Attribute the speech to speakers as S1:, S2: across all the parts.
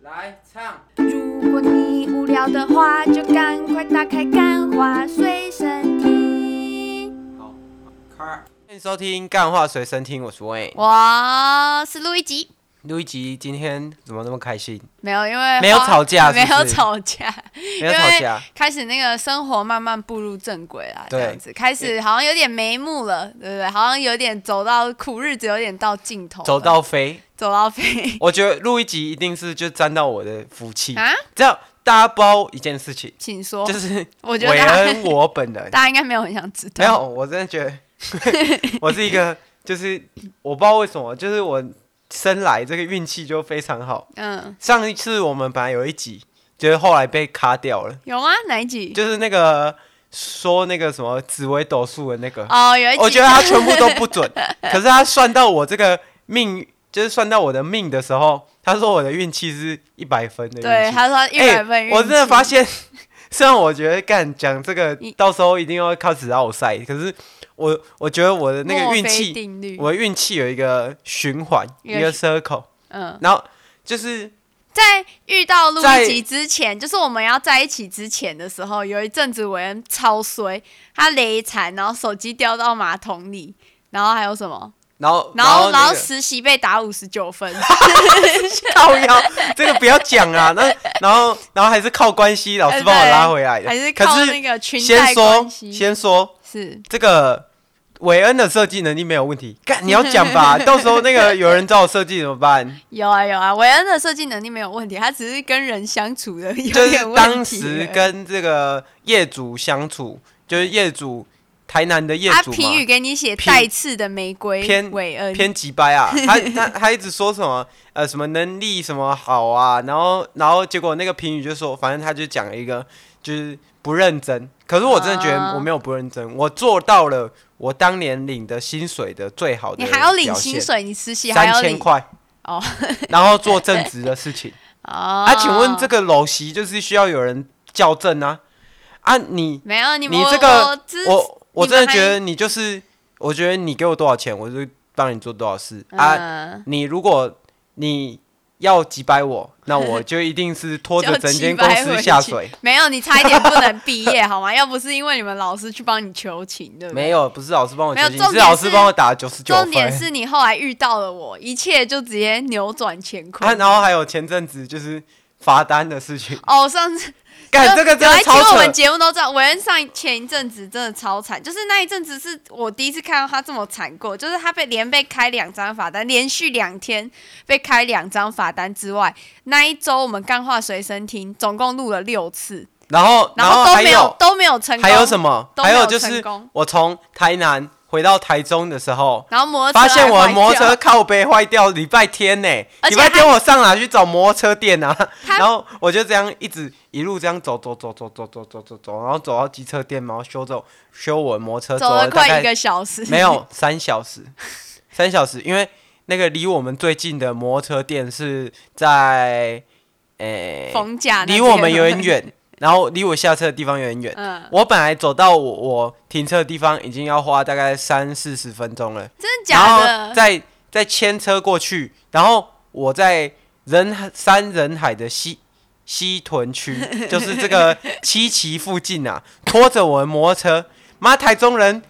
S1: 来唱，
S2: 如果你无聊的话，就赶快打开《干花随身听
S1: 好，开。欢迎收听《干话随身听》，我是 Wayne》。。
S2: 我是录一集，
S1: 录一集，今天怎么那么开心？
S2: 没有，因为
S1: 没有
S2: 花
S1: 吵架是
S2: 没
S1: 不是
S2: 有吵架，
S1: 没有吵架，
S2: 开始那个生活慢慢步入正轨啦，这
S1: 对
S2: 样子开始好像有点眉目了，对不对？好像有点走到苦日子，有点到尽头了，
S1: 走到飞。
S2: 走到 飞
S1: 我觉得录一集一定是就沾到我的福气。
S2: 啊！
S1: 这样大家包一件事情，
S2: 请说，
S1: 就是
S2: 哦我觉得
S1: 韦
S2: 大家
S1: 恩我本人。
S2: 大家应该没有很想知道，
S1: 没有，我真的觉得 我是一个，就是我不知道为什么，就是我生来这个运气就非常好。
S2: 嗯，
S1: 上一次我们本来有一集，就是后来被卡掉了，
S2: 有吗？哪一集？
S1: 就是那个说那个什么紫微斗数的那个，
S2: 哦，有一集，
S1: 我觉得他全 部都不准，可是他算到我这个命，就是算到我的命的时候，他说我的运气是一百分的运气。
S2: 对他说一百分
S1: 哎
S2: 运气、
S1: 我真的发现， 虽然我觉得干讲这个
S2: 你，
S1: 到时候一定要开始奥赛，可是我我觉得我的那
S2: 墨
S1: 个运
S2: 菲
S1: 气，
S2: 定律，
S1: 我的运气有一个循环，
S2: 一个
S1: 一个 circle，
S2: 嗯，
S1: 然后就是
S2: 在遇到录
S1: 在
S2: 一集之前，就是我们要在一起之前的时候，有一阵子韦恩超衰，他雷惨，然后手机掉到马桶里，然后还有什么？
S1: 然后
S2: 然后
S1: 那
S2: 然后
S1: 个
S2: 实习被打五十九 分，
S1: 靠腰，这个不要讲啊。那然后然后还是靠关系，老师帮我拉回来的。
S2: 还是
S1: 可
S2: 靠
S1: 是
S2: 那个裙带
S1: 先说
S2: 关系？
S1: 先说
S2: 是
S1: 这个韦恩的设计能力没有问题，干你要讲 吧，到时候那个有人找我设计怎么办？
S2: 有啊有啊，韦恩的设计能力没有问题，他只是跟人相处的有
S1: 就是
S2: 点问题而已。
S1: 当时跟这个业主相处，就是业主台南的业
S2: 他
S1: 主
S2: 啊评语
S1: 嘛，
S2: 给你写
S1: 评
S2: 带刺的玫瑰，
S1: 偏
S2: 韦恩
S1: 偏急 掰啊，他他他一直说什么呃什么能力什么好啊，然后然后结果那个评语就说，反正他就讲了一个就是不认真，可是我真的觉得
S2: 啊
S1: 我没有不认真，我做到了我当年领的薪水的最好的，
S2: 你还要领薪。水，你实习还
S1: 三
S2: 要
S1: 千
S2: 领
S1: 块
S2: 哦，
S1: 然后做正职的事 情。
S2: 哦
S1: 啊，请问这个陋习就是需要有人校正啊？啊，你
S2: 没有你们
S1: 你
S2: 我
S1: 这个
S2: 我知
S1: 我我真的
S2: 还
S1: 觉得你就是，我觉得你给我多少钱，我就帮你做多少事、啊。
S2: 嗯
S1: 你如果你要击败我，那我就一 定是拖着
S2: 就
S1: 整间
S2: 击
S1: 公
S2: 败
S1: 司
S2: 回
S1: 下
S2: 去
S1: 水。
S2: 没有，你差一点不能毕业好吗？要不是因为你们老师去帮你求情，对不对？
S1: 没有，不是老师帮我
S2: 没有
S1: 决定，
S2: 重
S1: 是
S2: 点
S1: 老师
S2: 是
S1: 帮我打九十九
S2: 重点
S1: 分。
S2: 是你后来遇到了我，一切就直接扭转乾坤。
S1: 啊，然后还有前阵子就是罚单的 事情，
S2: 哦，上次
S1: 干这个真
S2: 有来
S1: 的
S2: 听我
S1: 超
S2: 们
S1: 扯。
S2: 节目都知道，韦恩上一前一阵子真的超惨，就是那一阵子是我第一次看到他这么惨过，就是他被连被开两张罚单，连续两天被开两张罚单之外，那一周我们干话随身听总共录了六次，
S1: 然后，
S2: 然
S1: 后
S2: 都
S1: 还
S2: 没有都没有成功，
S1: 还有什？么？
S2: 都
S1: 还
S2: 没
S1: 有
S2: 有
S1: 就
S2: 成
S1: 是
S2: 功
S1: 我从台南回到台中的时候，
S2: 然后摩托车
S1: 发现我
S2: 还
S1: 的
S2: 坏
S1: 摩托
S2: 掉
S1: 车靠背坏掉，礼拜天呢、
S2: 而且
S1: 礼拜天我上哪去找摩托车店啊？
S2: 他
S1: 然后我就这样一直一路这样走走走走走走走走走，然后走到机车店，然后修走修我的摩托车，
S2: 走了
S1: 了大
S2: 快一
S1: 概
S2: 个小时，
S1: 没有三小时，三小时，因为那个离我们最近的摩托车店是在诶
S2: 逢甲，
S1: 离我们有点，远，然后离我下车的地方有点远。
S2: 嗯，
S1: 我本来走到我我停车的地方已经要花大概三四十分钟了。
S2: 真的
S1: 然
S2: 假
S1: 后
S2: 的？
S1: 再再牵车过去，然后我在人海山人海的西西 屯区，就是这个七旗附近啊，拖着我的摩托车，妈台中人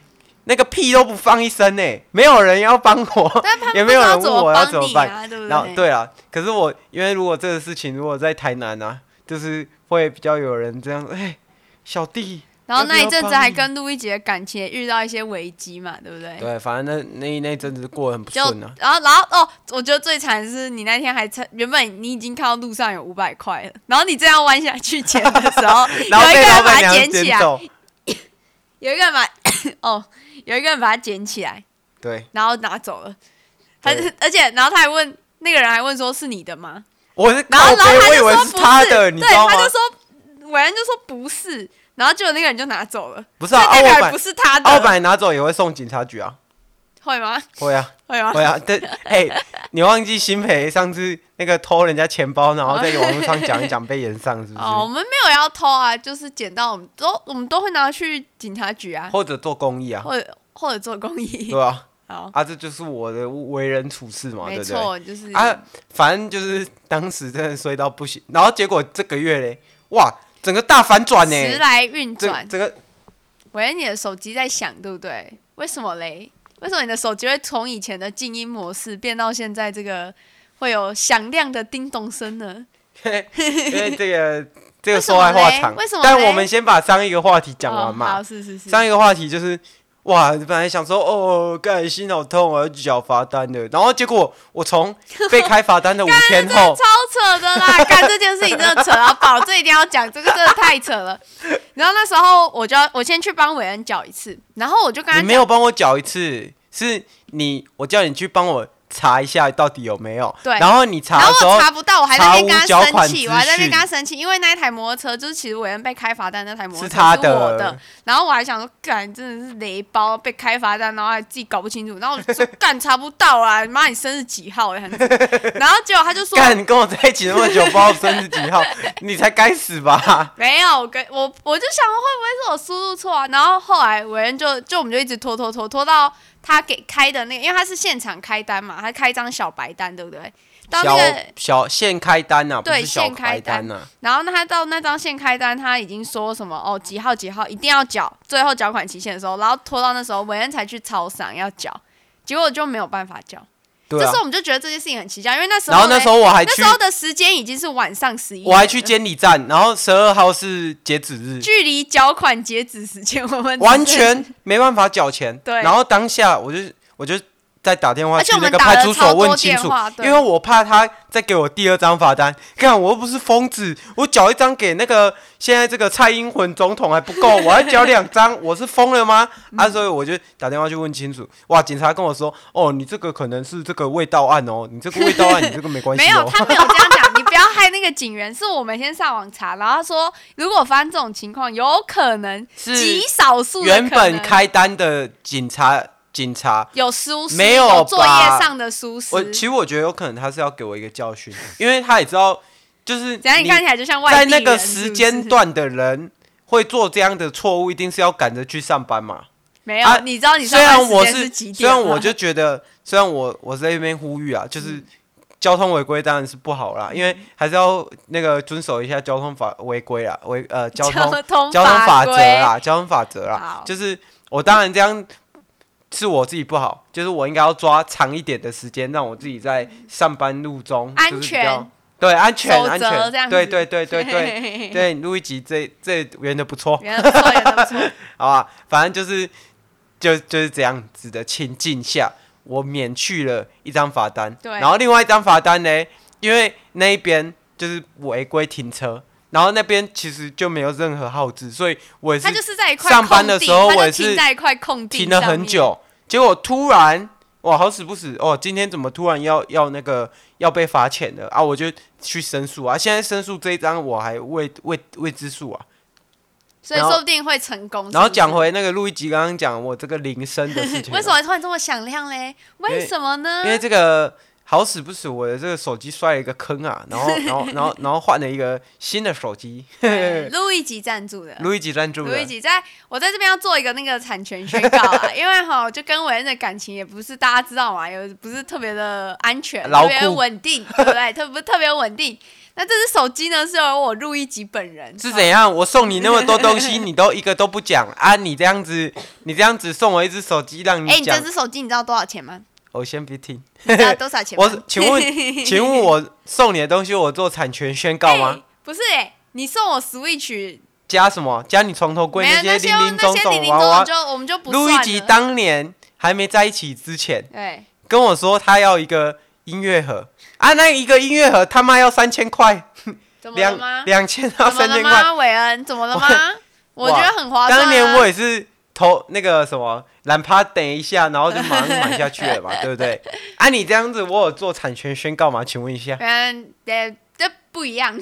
S1: 那个屁都不放一声呢、没有人要帮我，
S2: 但他
S1: 也
S2: 们
S1: 没有人
S2: 不知
S1: 问
S2: 道
S1: 我要怎
S2: 怎么
S1: 么
S2: 帮你
S1: 办。
S2: 啊，对不
S1: 然后
S2: 对？
S1: 对啊，可是我因为如果这个事情如果在台南啊，就是会比较有人这样，哎、小弟，
S2: 然后那一
S1: 要不要
S2: 阵子还
S1: 帮你
S2: 跟陆一姐的感情也遇到一些危机嘛，对不对？
S1: 对，反正那那那阵子过得很不
S2: 就
S1: 顺啊。
S2: 然后然后哦，我觉得最惨的是你那天还趁原本你已经看到路上有五百块了，然后你这样弯下去捡的时候，
S1: 然后
S2: 有一
S1: 被
S2: 个人
S1: 老
S2: 把
S1: 板
S2: 它
S1: 娘
S2: 捡起
S1: 捡
S2: 来，
S1: 走，
S2: 有一个人把 哦，有一个人把它捡起来，
S1: 对，
S2: 然后拿走了，他
S1: 对
S2: 是而且然后他还问那个人还问说是你的吗？
S1: 我是
S2: 然后
S1: 靠
S2: 然后
S1: 背，
S2: 他
S1: 哦我以
S2: 就
S1: 为
S2: 说
S1: 是
S2: 不
S1: 他的，你
S2: 对，
S1: 知道吗
S2: 他就？说伟恩就说不是，然后结果那个人就拿走了，
S1: 不是
S2: 所
S1: 啊，
S2: 以代表
S1: 澳版
S2: 不是他的，
S1: 澳版哦拿走也会送警察局啊，
S2: 会吗？
S1: 会啊，
S2: 会吗？
S1: 会啊。但哎，你忘记新培上次那个偷人家钱包，然后在网络上讲一讲被延上，是不
S2: 哦，我
S1: 是？
S2: 们没有要偷啊，就是捡到我们都我们都会拿去警察局啊，
S1: 或者做公益啊，
S2: 或者或者做公益
S1: 对吧？
S2: 好，
S1: 啊，这就是我的为人处事嘛，对
S2: 没
S1: 不对？
S2: 错，哦就是
S1: 啊，反正就是当时真的衰到不行，然后结果这个月嘞，哇，整个大反转呢，
S2: 时来运
S1: 这
S2: 转。
S1: 这个
S2: 喂，你的手机在响，对不对？为什么嘞？为什么你的手机会从以前的静音模式变到现在这个会有响亮的叮咚声呢？
S1: 因为这个这个
S2: 为什么
S1: 说来话
S2: 嘞
S1: 长
S2: 为什，么
S1: 但
S2: 嘞
S1: 我们先把上一个话题讲完
S2: 哦
S1: 嘛
S2: 好，。是是是。
S1: 上一个话题就是，哇，本来想说哦，干心好痛，我要去缴罚单的，然后结果我从被开罚单的五天 后，
S2: 超扯的 啦！干这件事情真的扯到爆，这一定要讲，这个真的太扯 了。然后那时候我就要我先去帮伟恩缴一次，然后我就跟他
S1: 你没
S2: 讲，
S1: 有帮我缴一次，是你我叫你去帮我查一下到底有没有，
S2: 对
S1: 然后你
S2: 然
S1: 查
S2: 后
S1: 的时候
S2: 我，查不到，我还在那边跟他
S1: 查无缴
S2: 生
S1: 款资
S2: 气，
S1: 讯
S2: 我还在那边跟他生气，因为那一台摩托车就是其实伟恩被开罚单那台摩托
S1: 是
S2: 车
S1: 他
S2: 是我
S1: 的
S2: 的，然后我还想说，干真的是雷包被开罚单，然后还自己搞不清楚，然后我就说干查不到啊， 妈你生日几号？然后结果他就说
S1: 干，你跟我在一起那么久，不知道生 日几号，你才该死吧？
S2: 没有，我跟我我就想会不会是我输入错啊？然后后来伟恩就就我们就一直拖拖拖拖到他给开的那个，因为他是现场开单嘛，他开一张小白单，对不对？到那
S1: 小
S2: 个，
S1: 小现开单呐、啊，不
S2: 对
S1: 是小
S2: 现开
S1: 开单呐、啊，
S2: 然后那他到那张现开单，他已经说什么哦几号几号一定要缴，最后缴款期限的时候，然后拖到那时候，伟恩才去超商要缴，结果就没有办法缴。
S1: 对
S2: 这
S1: 啊
S2: 时候。我们就觉得这件事情很奇怪，因为那时候
S1: 然后那时候我还
S2: 那
S1: 去
S2: 时，候的时间已经是晚上十一，
S1: 我还去监理站，然后十二号是截止日，
S2: 距离缴款截止时间，我们只是
S1: 完全没办法缴钱。
S2: 对
S1: 然后当下我就我就再打电话
S2: 而且
S1: 去
S2: 我
S1: 那
S2: 们
S1: 个
S2: 打
S1: 派
S2: 了
S1: 出
S2: 超
S1: 所
S2: 多
S1: 问清
S2: 电
S1: 楚，
S2: 话，对
S1: 因为我怕他再给我第二张罚单。看我又不是疯子，我缴一张给那个现在这个蔡英文总统还不 够，我还缴两张，我是疯了吗？
S2: 嗯
S1: 啊，所以我就打电话去问清楚。哇，警察跟我说，哦，你这个可能是这个未到案哦，你这个未到案，你这个没关 系
S2: 没有，
S1: 哦。
S2: 他没有这样讲，你不要害那个警员。是我们先上网查，然后他说如果发生这种情况，有可能极
S1: 是
S2: 少数的
S1: 原
S2: 可能
S1: 本开单的警察，警察
S2: 有疏失，
S1: 没有
S2: 作业
S1: 吧
S2: 上的疏失
S1: 我。其实我觉得有可能他是要给我一个教训，因为他也知道，就是
S2: 怎样？你
S1: 你
S2: 看起来就像外地
S1: 在
S2: 人
S1: 那个
S2: 是不
S1: 时
S2: 是
S1: 间段的人会做这样的错误，一定是要赶着去上班嘛。
S2: 没有
S1: 啊，
S2: 你知道你上
S1: 虽
S2: 班
S1: 然我
S2: 时间是几点吗？啊
S1: 虽然我就觉得，虽然我我在那边呼吁啊，
S2: 嗯
S1: 就是交通违规当然是不好啦，因为还是要那个遵守一下交通法违规啦，违呃交通
S2: 通
S1: 交通
S2: 法
S1: 法
S2: 规
S1: 则啊啦，交通法则啦
S2: 好，
S1: 就是我当然这样是我自己不好，就是我应该要抓长一点的时间，让我自己在上班路中
S2: 安
S1: 就是比
S2: 全
S1: 较，对安全
S2: 守
S1: 安
S2: 则这样子
S1: 全，对对对对 对。
S2: 对对，
S1: 对，录一集这这圆的不错，
S2: 原来不错，原来不错。
S1: 好吧，反正就是就就是这样子的情境下，我免去了一张罚单，
S2: 对
S1: 然后另外一张罚单呢，因为那一边就是违规停车，然后那边其实就没有任何号志，所以我也
S2: 他
S1: 是
S2: 就是在一块
S1: 上班
S2: 空
S1: 的
S2: 地
S1: 时候
S2: 他就
S1: 我也
S2: 停
S1: 是
S2: 在一块空地，
S1: 停了很。久，结果突然。哇，好死不死哦！今天怎么突然要要那个要被罚钱了啊？我就去申诉啊！现在申诉这一张我还未未未知数啊，
S2: 所以
S1: 然后
S2: 说不定会成功。
S1: 然后
S2: 是不是
S1: 讲回那个路易吉刚刚讲我这个铃声的事 情，
S2: 为什？么突然这么响亮嘞？
S1: 为
S2: 为什么呢？
S1: 因为这个好死不死，我的这个手机摔了一个坑啊，然后 然后然后然后换了一个新的 手机，
S2: 对路易吉赞助的。
S1: 路易吉赞助
S2: 路易
S1: 的。
S2: 吉在，我在这边要做一个那个产权宣告啊， 因为哈，就跟韦恩的感情也不是大家知道嘛，也不是特别的安全，特
S1: 牢固
S2: 别稳定，对不对？特不特别稳定。 那这只手机呢，是由我路易吉本人
S1: 是怎样？我送你那么多东西，你都一个都不讲啊！你这样子，你这样子送我一只手机，让
S2: 哎，你
S1: 讲
S2: 这，只手机你知道多少钱 吗？
S1: 我先别听。
S2: 你知道多少钱吗？
S1: 我请问， 请问我送你的东西，我做产权宣告吗
S2: 哎？不是哎，你送我 Switch，
S1: 加什么？加你床头柜
S2: 没有
S1: 些
S2: 那
S1: 零零
S2: 那
S1: 总
S2: 些零零
S1: 娃
S2: 总总
S1: 娃？
S2: 就我们就不
S1: 路易
S2: 算
S1: 吉
S2: 了
S1: 当年还没在一起之前，
S2: 对，
S1: 跟我说他要一个音乐盒啊，那一个音乐盒他妈要三千块，
S2: 怎么了吗
S1: 两？两千到
S2: 怎么
S1: 三
S2: 了
S1: 千块。
S2: 吗？韦恩，怎么了吗？我觉得很划算、啊。
S1: 当年我也是投那个什么懒趴等一下，然后就马上买下去了 嘛，对不对？啊，你这样子我有做产权宣告吗？请问一下，
S2: 嗯，呃，这不一样。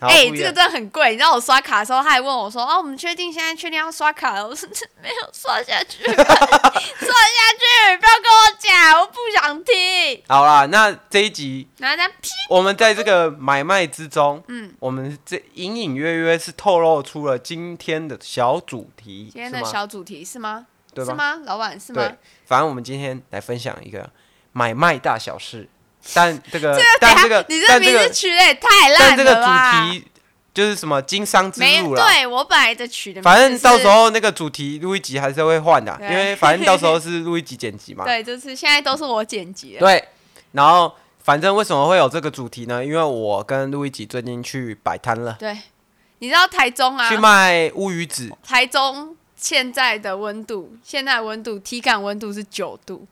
S1: 好
S2: 哎、
S1: 不
S2: 这
S1: 一样
S2: 个真的很贵。你知道我刷卡的时候，他还问我说：“哦，我们确定现在确定要刷卡了？”我 说：“没有刷下 去，刷下去，不要跟我讲，我不想听。
S1: 好啦，那这一集”
S2: 然后他屁，
S1: 我们在这个买卖之中，
S2: 嗯，
S1: 我们这隐隐约约是透露出了今天的小主题，
S2: 今天
S1: 是
S2: 的
S1: 吗
S2: 小主题是吗？
S1: 对
S2: 是
S1: 吧？
S2: 吗？老板是
S1: 对
S2: 吗？，
S1: 反正我们今天来分享一个买卖大 小事，但这个
S2: 等
S1: 呃但
S2: 下
S1: 这个
S2: 你这
S1: 但
S2: 名
S1: 这
S2: 字
S1: 个
S2: 取的也太
S1: 但
S2: 烂
S1: 这个
S2: 了
S1: 主
S2: 吧！
S1: 题就是什么经商之
S2: 没
S1: 路啦。
S2: 对我本来的取的名字是，
S1: 反正到时候那个主题录一集还是会换的啊，因
S2: 对
S1: 为反正到时候是录一集剪辑嘛。
S2: 对，就是现在都是我剪辑了。
S1: 对，然后反正为什么会有这个主题呢？因为我跟陆一吉最近去摆摊了，
S2: 对，你知道台中啊
S1: 去，卖乌鱼子，
S2: 台中现在的温度，现在的温度体感温度是九度，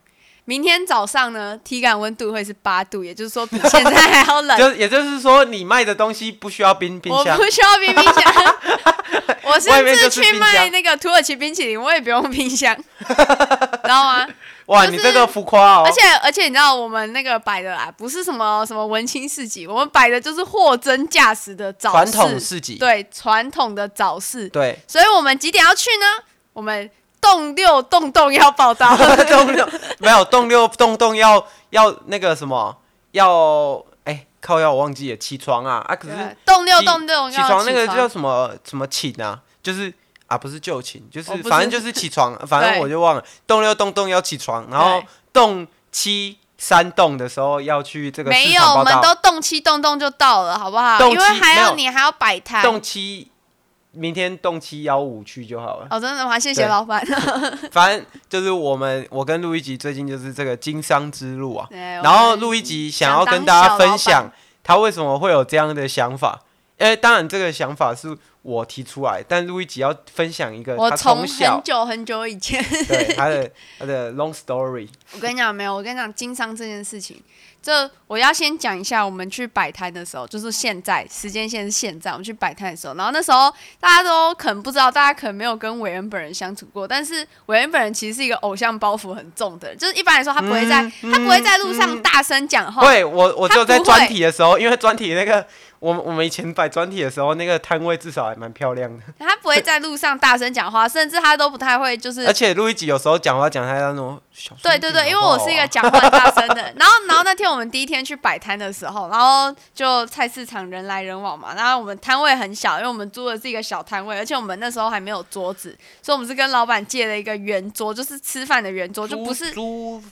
S2: 明天早上呢体感温度会是八度，也就是说比现在还要冷。
S1: 就也就是说你卖的东西不需要冰冰
S2: 我
S1: 箱
S2: 不，需要冰冰 箱，我
S1: 外
S2: 甚
S1: 面
S2: 至
S1: 就
S2: 去
S1: 是冰
S2: 卖
S1: 箱
S2: 那个土耳其冰淇淋，我也不用冰 箱，知道吗？
S1: 哇，
S2: 就是
S1: 你这个浮夸哦
S2: 而。且而且你知道我们那个摆的啊，不是什么什么文青市集，我们摆的就是货真价实的早
S1: 传
S2: 市
S1: 统市集，
S2: 对传统的早市。
S1: 对，
S2: 所以我们几点要去呢？我们洞六洞洞要报道，
S1: 动六没有动六动动要要那个什么要哎靠要我忘记了起床啊啊可是
S2: 对洞六
S1: 起
S2: 洞六要
S1: 起床那个叫什么什么寝啊，就是啊不是就寝，就是
S2: 我哦不是
S1: 反正就是 起床，反正我就忘了。动六动动要起床，然后
S2: 对
S1: 动七三动的时候要去这个
S2: 没
S1: 市
S2: 有，
S1: 场
S2: 我
S1: 报
S2: 们
S1: 道。
S2: 都洞七洞洞就到了，好不好？
S1: 洞
S2: 因为
S1: 七
S2: 还要
S1: 没有
S2: 你还要摆摊。
S1: 动七，明天动七幺五去就好了。
S2: 哦，真的吗？谢谢
S1: 对
S2: 老板。
S1: 反正就是我们我跟路一吉最近就是这个经商之路啊，
S2: 然
S1: 然后路一吉想要跟大家分享他为什么会有这样的想法。哎，当然这个想法是我提出来，但路一吉要分享一个
S2: 我
S1: 他
S2: 从
S1: 从小
S2: 很久很久以前，
S1: 对他的他的 long story，
S2: 我跟你讲没有，我跟你讲经商这件事情，这我要先讲一下，我们去摆摊的时候，就是现在时间线是现在，我们去摆摊的时候，然后那时候大家都可能不知道，大家可能没有跟韦恩本人相处过，但是韦恩本人其实是一个偶像包袱很重的人，就是一般来说他不会在、
S1: 嗯
S2: 他不会在路上大声讲话，
S1: 对我我
S2: 他
S1: 就在
S2: 不会
S1: 专题的时候，因为专题那个我们我们以前摆专题的时候，那个摊位至少还蛮漂亮的，
S2: 他不会在路上大声讲话，甚至他都不太会就是
S1: 而且录一集有时候讲话讲太那种小声
S2: 对
S1: 一点
S2: 对对，因为
S1: 好不好
S2: 我
S1: 啊
S2: 是一个讲话大声的。 然后，然后那天我们第一天去摆摊的时候，然后就菜市场人来人往嘛。然后我们摊位很小，因为我们租的是一个小摊位，而且我们那时候还没有桌子，所以我们是跟老板借了一个圆桌，就是吃饭的圆桌，哦就
S1: 租
S2: 不是
S1: 租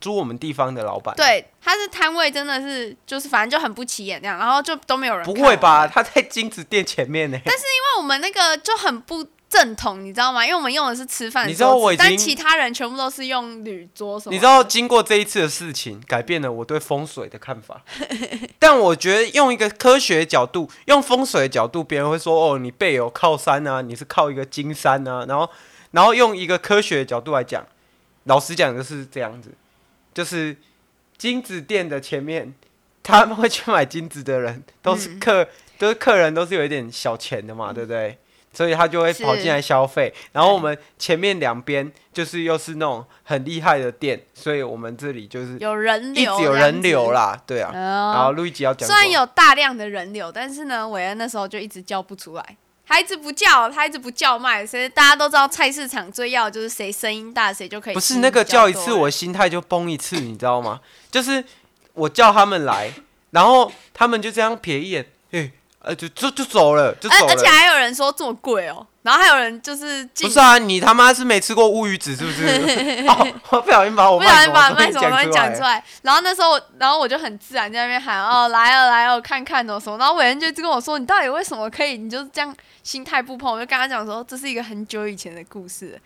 S1: 租我们地方的老板，，
S2: 对，他是摊位真的是就是反正就很不起眼那样，然后就都没有人。
S1: 不会吧？？他在金子店前面呢，但
S2: 因
S1: 是
S2: 为我们那个就很不。正统，你知道吗？因为我们用的是吃饭的
S1: 你知道
S2: 桌子
S1: 我已
S2: 但
S1: 经
S2: 其他人全部都是用铝桌什么的。
S1: 你知道经过这一次的事情，改变了我对风水的看法， 但我觉得用一个科学角度，用风水的角度，别人会说哦，你背有靠山啊，你是靠一个金山啊，然后然后用一个科学的角度来讲，老实讲就是这样子，就是金子店的前面，他们会去买金子的人，都
S2: 嗯
S1: 是客，都是客人，都是有一点小钱的嘛，对不对？所以他就会跑进来消费，然后我们前面两边就是又是那种很厉害的店，所以我们这里就是
S2: 有人
S1: 一
S2: 流，
S1: 直有人流
S2: 了。
S1: 啦，对啊。
S2: 哦
S1: 然后路易吉要讲什
S2: 虽然
S1: 么，
S2: 有大量的人流，但是呢，韦恩那时候就一直叫不出来，他一直不叫，他一直不叫卖，所以大家都知道菜市场最要的就是谁声音大谁就可以。
S1: 不是那个叫一次，我，心态就崩一次，你知道吗？就是我叫他们来，然后他们就这样瞥一眼，哎、呃，就就就走了，就
S2: 而
S1: 走了。
S2: 而且还有人说这么贵哦，然后还有人就是进
S1: 不是啊，你他妈是没吃过乌鱼子是不 是？哦，我不小心把我
S2: 不小
S1: 卖
S2: 心把卖
S1: 东
S2: 什
S1: 西
S2: 么东西讲
S1: 讲
S2: 出来，然后那时候我，然后我就很自然在那边喊哦来哦来哦看看哦什么，然后伟人就一直跟我说你到底为什么可以，你就是这样心态不碰，我就跟他讲说这是一个很久以前的故事了，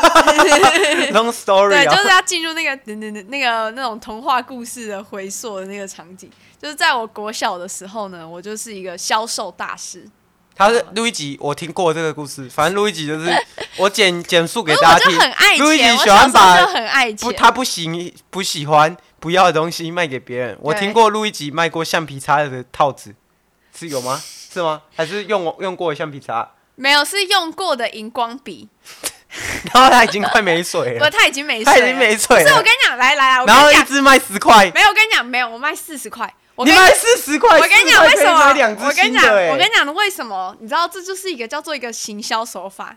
S1: 来，long story
S2: 对，就
S1: 啊。
S2: 是要进入那个等等等那个那种童话故事的回溯的那个场景。就是在我国小的时候呢，我就是一个销售大师，
S1: 他是路易吉，我听过这个故事，反正路易吉就是 我简简述
S2: 可
S1: 给
S2: 是
S1: 大
S2: 我
S1: 家听
S2: 就。很爱
S1: 路易
S2: 钱，
S1: 吉
S2: 我
S1: 喜
S2: 小
S1: 欢
S2: 时候
S1: 把
S2: 就很爱
S1: 不，
S2: 钱。
S1: 他不喜不喜欢不要的东西卖给别人。我
S2: 对
S1: 听过路易吉卖过橡皮擦的套子，是有 吗？是吗？还是用用过的橡皮擦？
S2: 没有是用过的荧光笔，
S1: 然后他已经快没水
S2: 不，
S1: 了，
S2: 他已经没水
S1: 哎 他已
S2: 了。
S1: 经没
S2: 不
S1: 水
S2: 是我
S1: 了
S2: 跟。你讲，来来来，我跟
S1: 然后
S2: 你
S1: 一
S2: 讲，
S1: 支卖十块，
S2: 没有，我跟你讲，没有，我卖四十块。我
S1: 你
S2: 跟你
S1: 卖四十块，
S2: 我跟你讲，为
S1: 40块可以
S2: 什
S1: 买
S2: 么
S1: 两？
S2: 我
S1: 支
S2: 跟
S1: 新
S2: 你讲，
S1: 的欸
S2: 我跟你讲，为什么？你知道这就是一个叫做一个行销手法，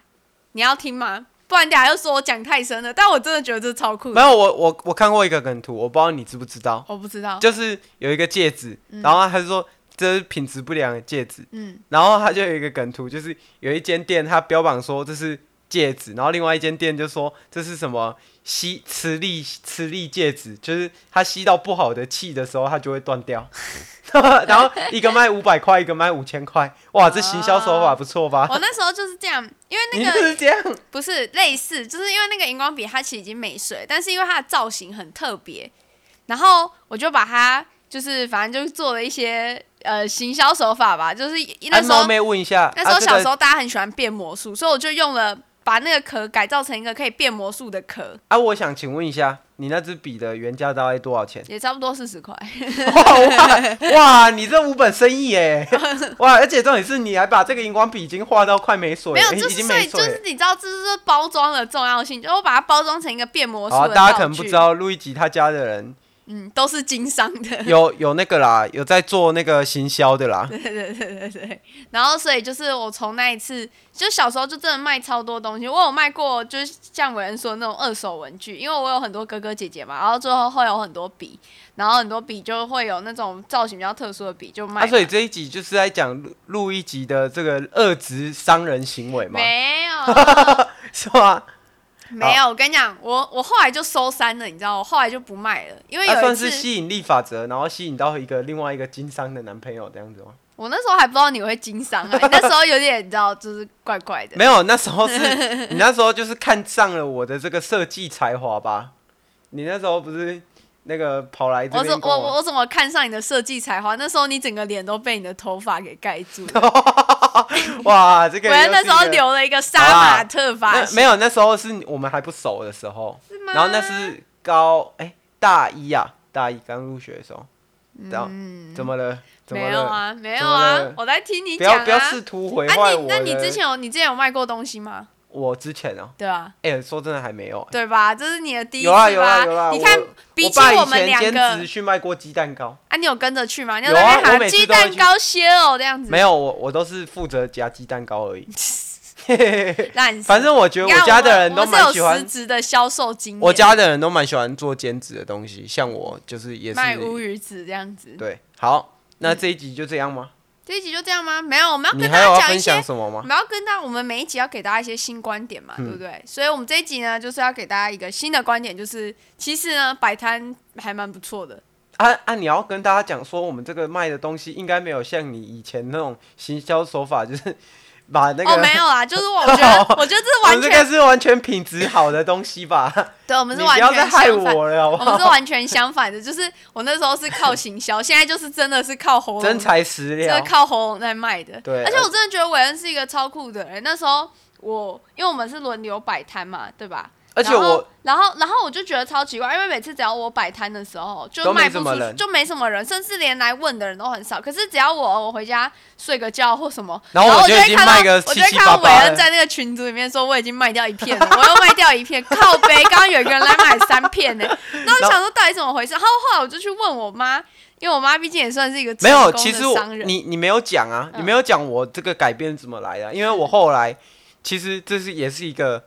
S2: 你要听吗？不然等下又说我讲太深了。但我真的觉得这超酷的
S1: 没，有，我我我看过一个梗图，我不知道你知不知道，
S2: 我不知道。
S1: 就是有一个戒指，然后他就说这是品质不良的戒指，
S2: 嗯，
S1: 然后他就有一个梗图，就是有一间店，他标榜说这是戒指，然后另外一间店就说这是什么吸磁力磁力戒指，就是它吸到不好的气的时候，它就会断 掉。然后一个卖五百块，一个卖五千块，哇，这行销手法不错 吧？
S2: 我那时候就是这样，因为
S1: 你
S2: 哦那
S1: 就
S2: 个
S1: 是这样，
S2: 不是类似，就是因为那个荧光笔它其实已经没水，但是因为它的造型很特别，然后我就把它就是反正就是做了一些呃行销手法吧，就是一那
S1: 哎，
S2: 时候
S1: 冒昧问一下，
S2: 那时候
S1: 啊
S2: 小时
S1: 这个
S2: 候大家很喜欢变魔术，所以我就用了把那个壳改造成一个可以变魔术的壳，
S1: 啊，我想请问一下，你那支笔的原价大概多少钱？
S2: 也差不多四十块。
S1: 哇 哇哇！你这无本生意哎，哇！而且重点是，你还把这个荧光笔已经画到快没水了，
S2: 没有，
S1: 已
S2: 就
S1: 已
S2: 是
S1: 经
S2: 所
S1: 没
S2: 以就
S1: 水了
S2: 是。你知道，这就是包装的重要性，就是我把它包装成一个变魔术
S1: 好、啊
S2: 的、道
S1: 大家可能不
S2: 具
S1: 知，道，路易吉他家的人
S2: 嗯，都是经商的。
S1: 有有那个啦，有在做那个行销 的啦。啊
S2: 然后，所以就是我从那一次，就小时候就真的卖超多东西。我有卖过，就是像伟人说的那种二手文具，因为我有很多哥哥姐姐嘛，然后最后会有很多笔，然后很多笔就会有那种造型比较特殊的笔，就卖
S1: 啊，
S2: 嘛。
S1: 所以这一集就是在讲路路易吉的这个恶职商人行为嘛，
S2: 没有，
S1: 是吗？
S2: 没有。我跟你讲，我我后来就收山了，你知道，我后来就不卖了，因为
S1: 他、
S2: 有一
S1: 啊算是
S2: 次
S1: 吸引力法则，然后吸引到一个另外一个经商的男朋友这样子哦吗？
S2: 我那时候还不知道你会经商啊，你 那时候有点你知道，就是怪怪 的。
S1: 没有，那时候是 你那时候就是看上了我的这个设计才华吧？你那时候不是那个跑来这
S2: 我怎
S1: 边
S2: 我
S1: 跟我
S2: 我我怎么看上你的设计才华？那时候你整个脸都被你的头发给盖住了。
S1: 哇，这个
S2: 我
S1: 又是一个
S2: 那时候留了一个杀马特发
S1: 那
S2: 型，
S1: 没有，那时候是我们还不熟的时候，然后那是高哎、大一啊，大一刚入学的时候，然后、怎么了？怎么
S2: 嗯没有
S1: 了？
S2: 啊，没有
S1: 怎么
S2: 啊
S1: 了，
S2: 我在听你
S1: 不
S2: 讲
S1: 要
S2: 啊。
S1: 不要试图毁
S2: 啊
S1: 坏
S2: 你
S1: 我
S2: 那你
S1: 的
S2: 之前有你之前有卖过东西吗？
S1: 我之前啊，
S2: 对吧？
S1: 哎、说真的还没有、哎
S2: 对吧？这是你的第一次
S1: 有啊有啊有
S2: 吧？
S1: 啊
S2: 你看
S1: 我，
S2: 比起
S1: 我爸以
S2: 们
S1: 前
S2: 两
S1: 兼
S2: 个
S1: 职去卖过鸡蛋糕，
S2: 啊，你有跟着去吗？你
S1: 有啊
S2: 在那边
S1: 我
S2: 喊
S1: 每次
S2: 鸡
S1: 都会
S2: 蛋
S1: 去
S2: 糕歇哦这样子
S1: 没，有我我都是负责夹鸡蛋糕 而已。
S2: 烂死。
S1: 反正我觉得
S2: 你看
S1: 我家的人都
S2: 我们我
S1: 蛮
S2: 们是
S1: 喜
S2: 有实
S1: 欢，
S2: 质的销售经验，
S1: 我家的人都蛮喜欢做兼职的东西，像我就是也是
S2: 卖乌鱼子这样子。
S1: 对。好，那这一集就这样吗？
S2: 这一集就这样吗？没有，我们要嗯
S1: 你
S2: 跟
S1: 还
S2: 大
S1: 有
S2: 家
S1: 要
S2: 讲一
S1: 分
S2: 些
S1: 享什么
S2: 我
S1: 吗？
S2: 们要跟大我们每一集要给大家一些新观点
S1: 嗯
S2: 嘛，对不对？所以我们这一集呢，就是要给大家一个新的观点，就是其实呢，摆摊还蛮不错的。
S1: 啊啊！你要跟大家讲说，我们这个卖的东西应该没有像你以前那种行销手法，就是把那个、
S2: 哦， 没有啦，就是我觉得，我觉得这
S1: 我
S2: 完
S1: 们这个
S2: 全，
S1: 是完全品质好的东 西吧？
S2: 对我
S1: 我
S2: 们是
S1: 你不
S2: 完
S1: 要再
S2: 全
S1: 害
S2: 相反。
S1: 我了，好
S2: 我
S1: 不
S2: 们是
S1: 好？
S2: 完全相反的， 就是我那时候是靠行销， 现在就是真的是靠喉咙
S1: 真材实
S2: 这个
S1: 料。
S2: 靠喉咙在卖的。
S1: 对啊
S2: 而且我真的觉得韦恩是一个超酷的人。那时候我，因为我们是轮流摆摊嘛，对吧？
S1: 而且
S2: 然后
S1: 我，
S2: 然后，然后我就觉得超奇怪，因为每次只要我摆摊的时候，就
S1: 都没
S2: 卖不出
S1: 什么
S2: 去，
S1: 人
S2: 就没什么人，甚至连来问的人都很少。可是只要我我回家睡个觉或什么，
S1: 然后
S2: 我
S1: 我
S2: 就
S1: 就已
S2: 会
S1: 经
S2: 看到，
S1: 卖个
S2: 我就会
S1: 七七
S2: 看到
S1: 八
S2: 韦
S1: 八
S2: 恩
S1: 了
S2: 在那个群组里面说我已经卖掉一片了，我又卖掉一片， 靠背，刚刚有一个人来买三片呢、那我想说到底怎么回事？然后后来我就去问我妈，因为我妈毕竟也算是一个
S1: 没
S2: 成
S1: 有，
S2: 功
S1: 其
S2: 的
S1: 实我
S2: 商人
S1: 你你没有讲啊，
S2: 嗯
S1: 你没有讲我这个改变怎么来啊的，因为我后来其实这是也是一个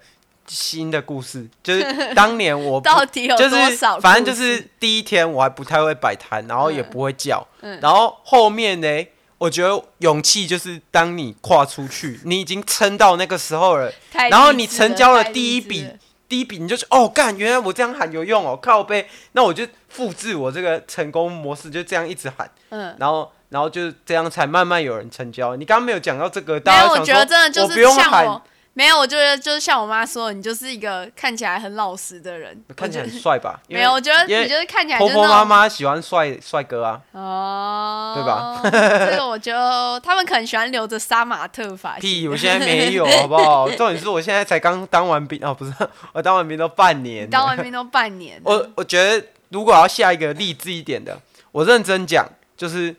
S1: 新的故事，就是 当年我不
S2: 到底有
S1: 就
S2: 多
S1: 是
S2: 少故事？
S1: 反正就是第一天我还不太会摆摊，然后也不会叫，
S2: 嗯
S1: 然后后面呢，我觉得勇气就是当你跨出去，你已经撑到那个时候了，
S2: 太
S1: 然后
S2: 励
S1: 你
S2: 志
S1: 成
S2: 了
S1: 交了
S2: 太
S1: 第
S2: 励
S1: 一
S2: 志
S1: 笔
S2: 了
S1: 第一笔你就觉得哦，干，原来我这样喊有用哦，靠背，那我就复制我这个成功模式，就这样一直喊。
S2: 嗯。
S1: 然后然后就是这样才慢慢有人成交。你刚刚没有讲到这个，
S2: 没
S1: 大
S2: 有，
S1: 家
S2: 我
S1: 想
S2: 觉得
S1: 说
S2: 真的就
S1: 我不
S2: 是
S1: 用
S2: 像
S1: 喊
S2: 我，没有，我觉得就是像我妈说的，你就是一个看起来很老实的人。
S1: 看起
S2: 我
S1: 来很
S2: 觉得
S1: 帅吧？因
S2: 没
S1: 为
S2: 有，我觉得
S1: 因为
S2: 你就是看起来就
S1: 婆
S2: 是
S1: 婆
S2: 那
S1: 妈
S2: 种
S1: 妈喜欢帅帅哥啊，
S2: 哦，
S1: 对吧？
S2: 这个我就他们可能喜欢留着杀马特发型。
S1: 屁，我现在没 有，好不好？重点是我现在才刚当完兵哦，不是，我当完兵都半年
S2: 你
S1: 了，
S2: 当完兵都半年了，
S1: 我我觉得如果要下一个励志一点的，我认真讲，就是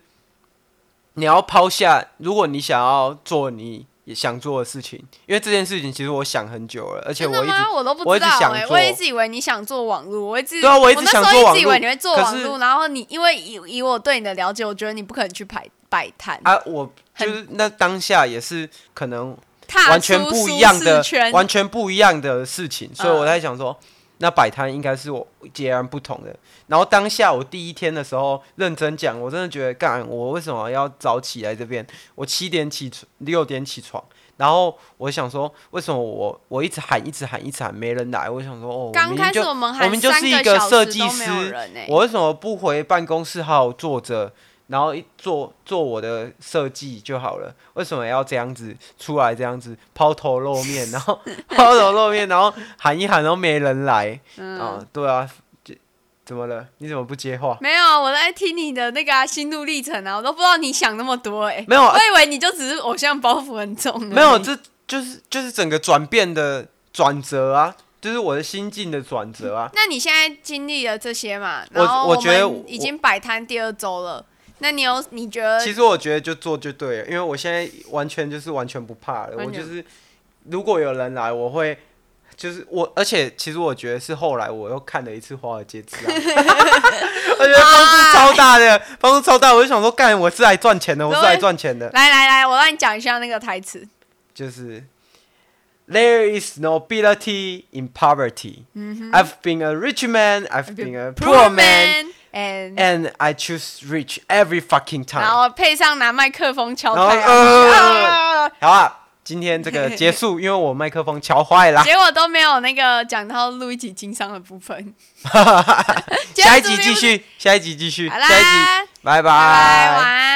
S1: 你要抛下，如果你想要做你也想做的事情，因为这件事情其实我想很久了，而且
S2: 真
S1: 我
S2: 的
S1: 一直
S2: 吗？我都不
S1: 我
S2: 知
S1: 一直
S2: 道
S1: 想
S2: 哎，
S1: 做
S2: 我一直以为你想做网络，我一直
S1: 对啊我一直
S2: 那时
S1: 想
S2: 候
S1: 做
S2: 一
S1: 网
S2: 直以
S1: 络
S2: 为你会做
S1: 可
S2: 网
S1: 是
S2: 络，然后你因为以以我对你的了解，我觉得你不可能去摆摆摊，
S1: 啊，我就是那当下也是可能
S2: 踏
S1: 完全
S2: 出
S1: 不
S2: 舒
S1: 一样
S2: 适
S1: 的
S2: 圈，嗯
S1: 完全不一样的事情，所以我在想说，那摆摊应该是我截然不同的。然后当下我第一天的时候，认真讲，我真的觉得干，我为什么要早起来这边？我七点起床，六点起床，然后我想说，为什么我我一直喊，一直喊，一直喊，没人来？我想说，哦，我
S2: 刚
S1: 明
S2: 开
S1: 天
S2: 始
S1: 就
S2: 我们
S1: 我
S2: 喊
S1: 们就是
S2: 三
S1: 一
S2: 个
S1: 个
S2: 小
S1: 设
S2: 时
S1: 计
S2: 都没有
S1: 师
S2: 人欸
S1: 我为什么不回办公室好好坐着，然后一做做我的设计就好了？为什么要这样子出来这样子抛头露面，然后抛头露面，然后喊一喊，然后没人来、
S2: 嗯
S1: 啊？对啊，这怎么了？你怎么不接话？
S2: 没有，我在听你的那个、啊、心路历程啊，我都不知道你想那么多哎、
S1: 没有啊
S2: 我以为你就只是偶像包袱很重而已。
S1: 没有，这就是就是整个转变的转折啊，就是我的心境的转折啊。
S2: 那你现在经历了这些嘛？
S1: 我
S2: 然后
S1: 我
S2: 们
S1: 觉得
S2: 已经摆摊第二周了。那你有你觉得
S1: 其实我觉得就做就对了，因为我现在完全就是完全不怕了，
S2: 完
S1: 我
S2: 全
S1: 就是如果有人来，我会就是我，而且其实我觉得是后来我又看了一次《华尔街之 狼》，我觉得帮助超大的，帮助超大，我就想说，干，我是来赚钱的，我是来赚钱的，
S2: 来来来，我让你讲一下那个台词。
S1: 就是 There is nobility in poverty. I've been a rich man, 嗯 I've been a poor man,
S2: and
S1: and I choose rich every fucking
S2: 然
S1: time.
S2: 后配上拿麦克风敲
S1: 然后
S2: 太阳
S1: 呃
S2: 啊，
S1: 好啊，今天这个结束，因为我麦克风敲 坏了。
S2: 结果都没有那个讲到录一集经商的部分。
S1: 下一集继续，下一集继续，
S2: 好
S1: 下一集
S2: 啦，，拜
S1: 拜
S2: 拜，晚安。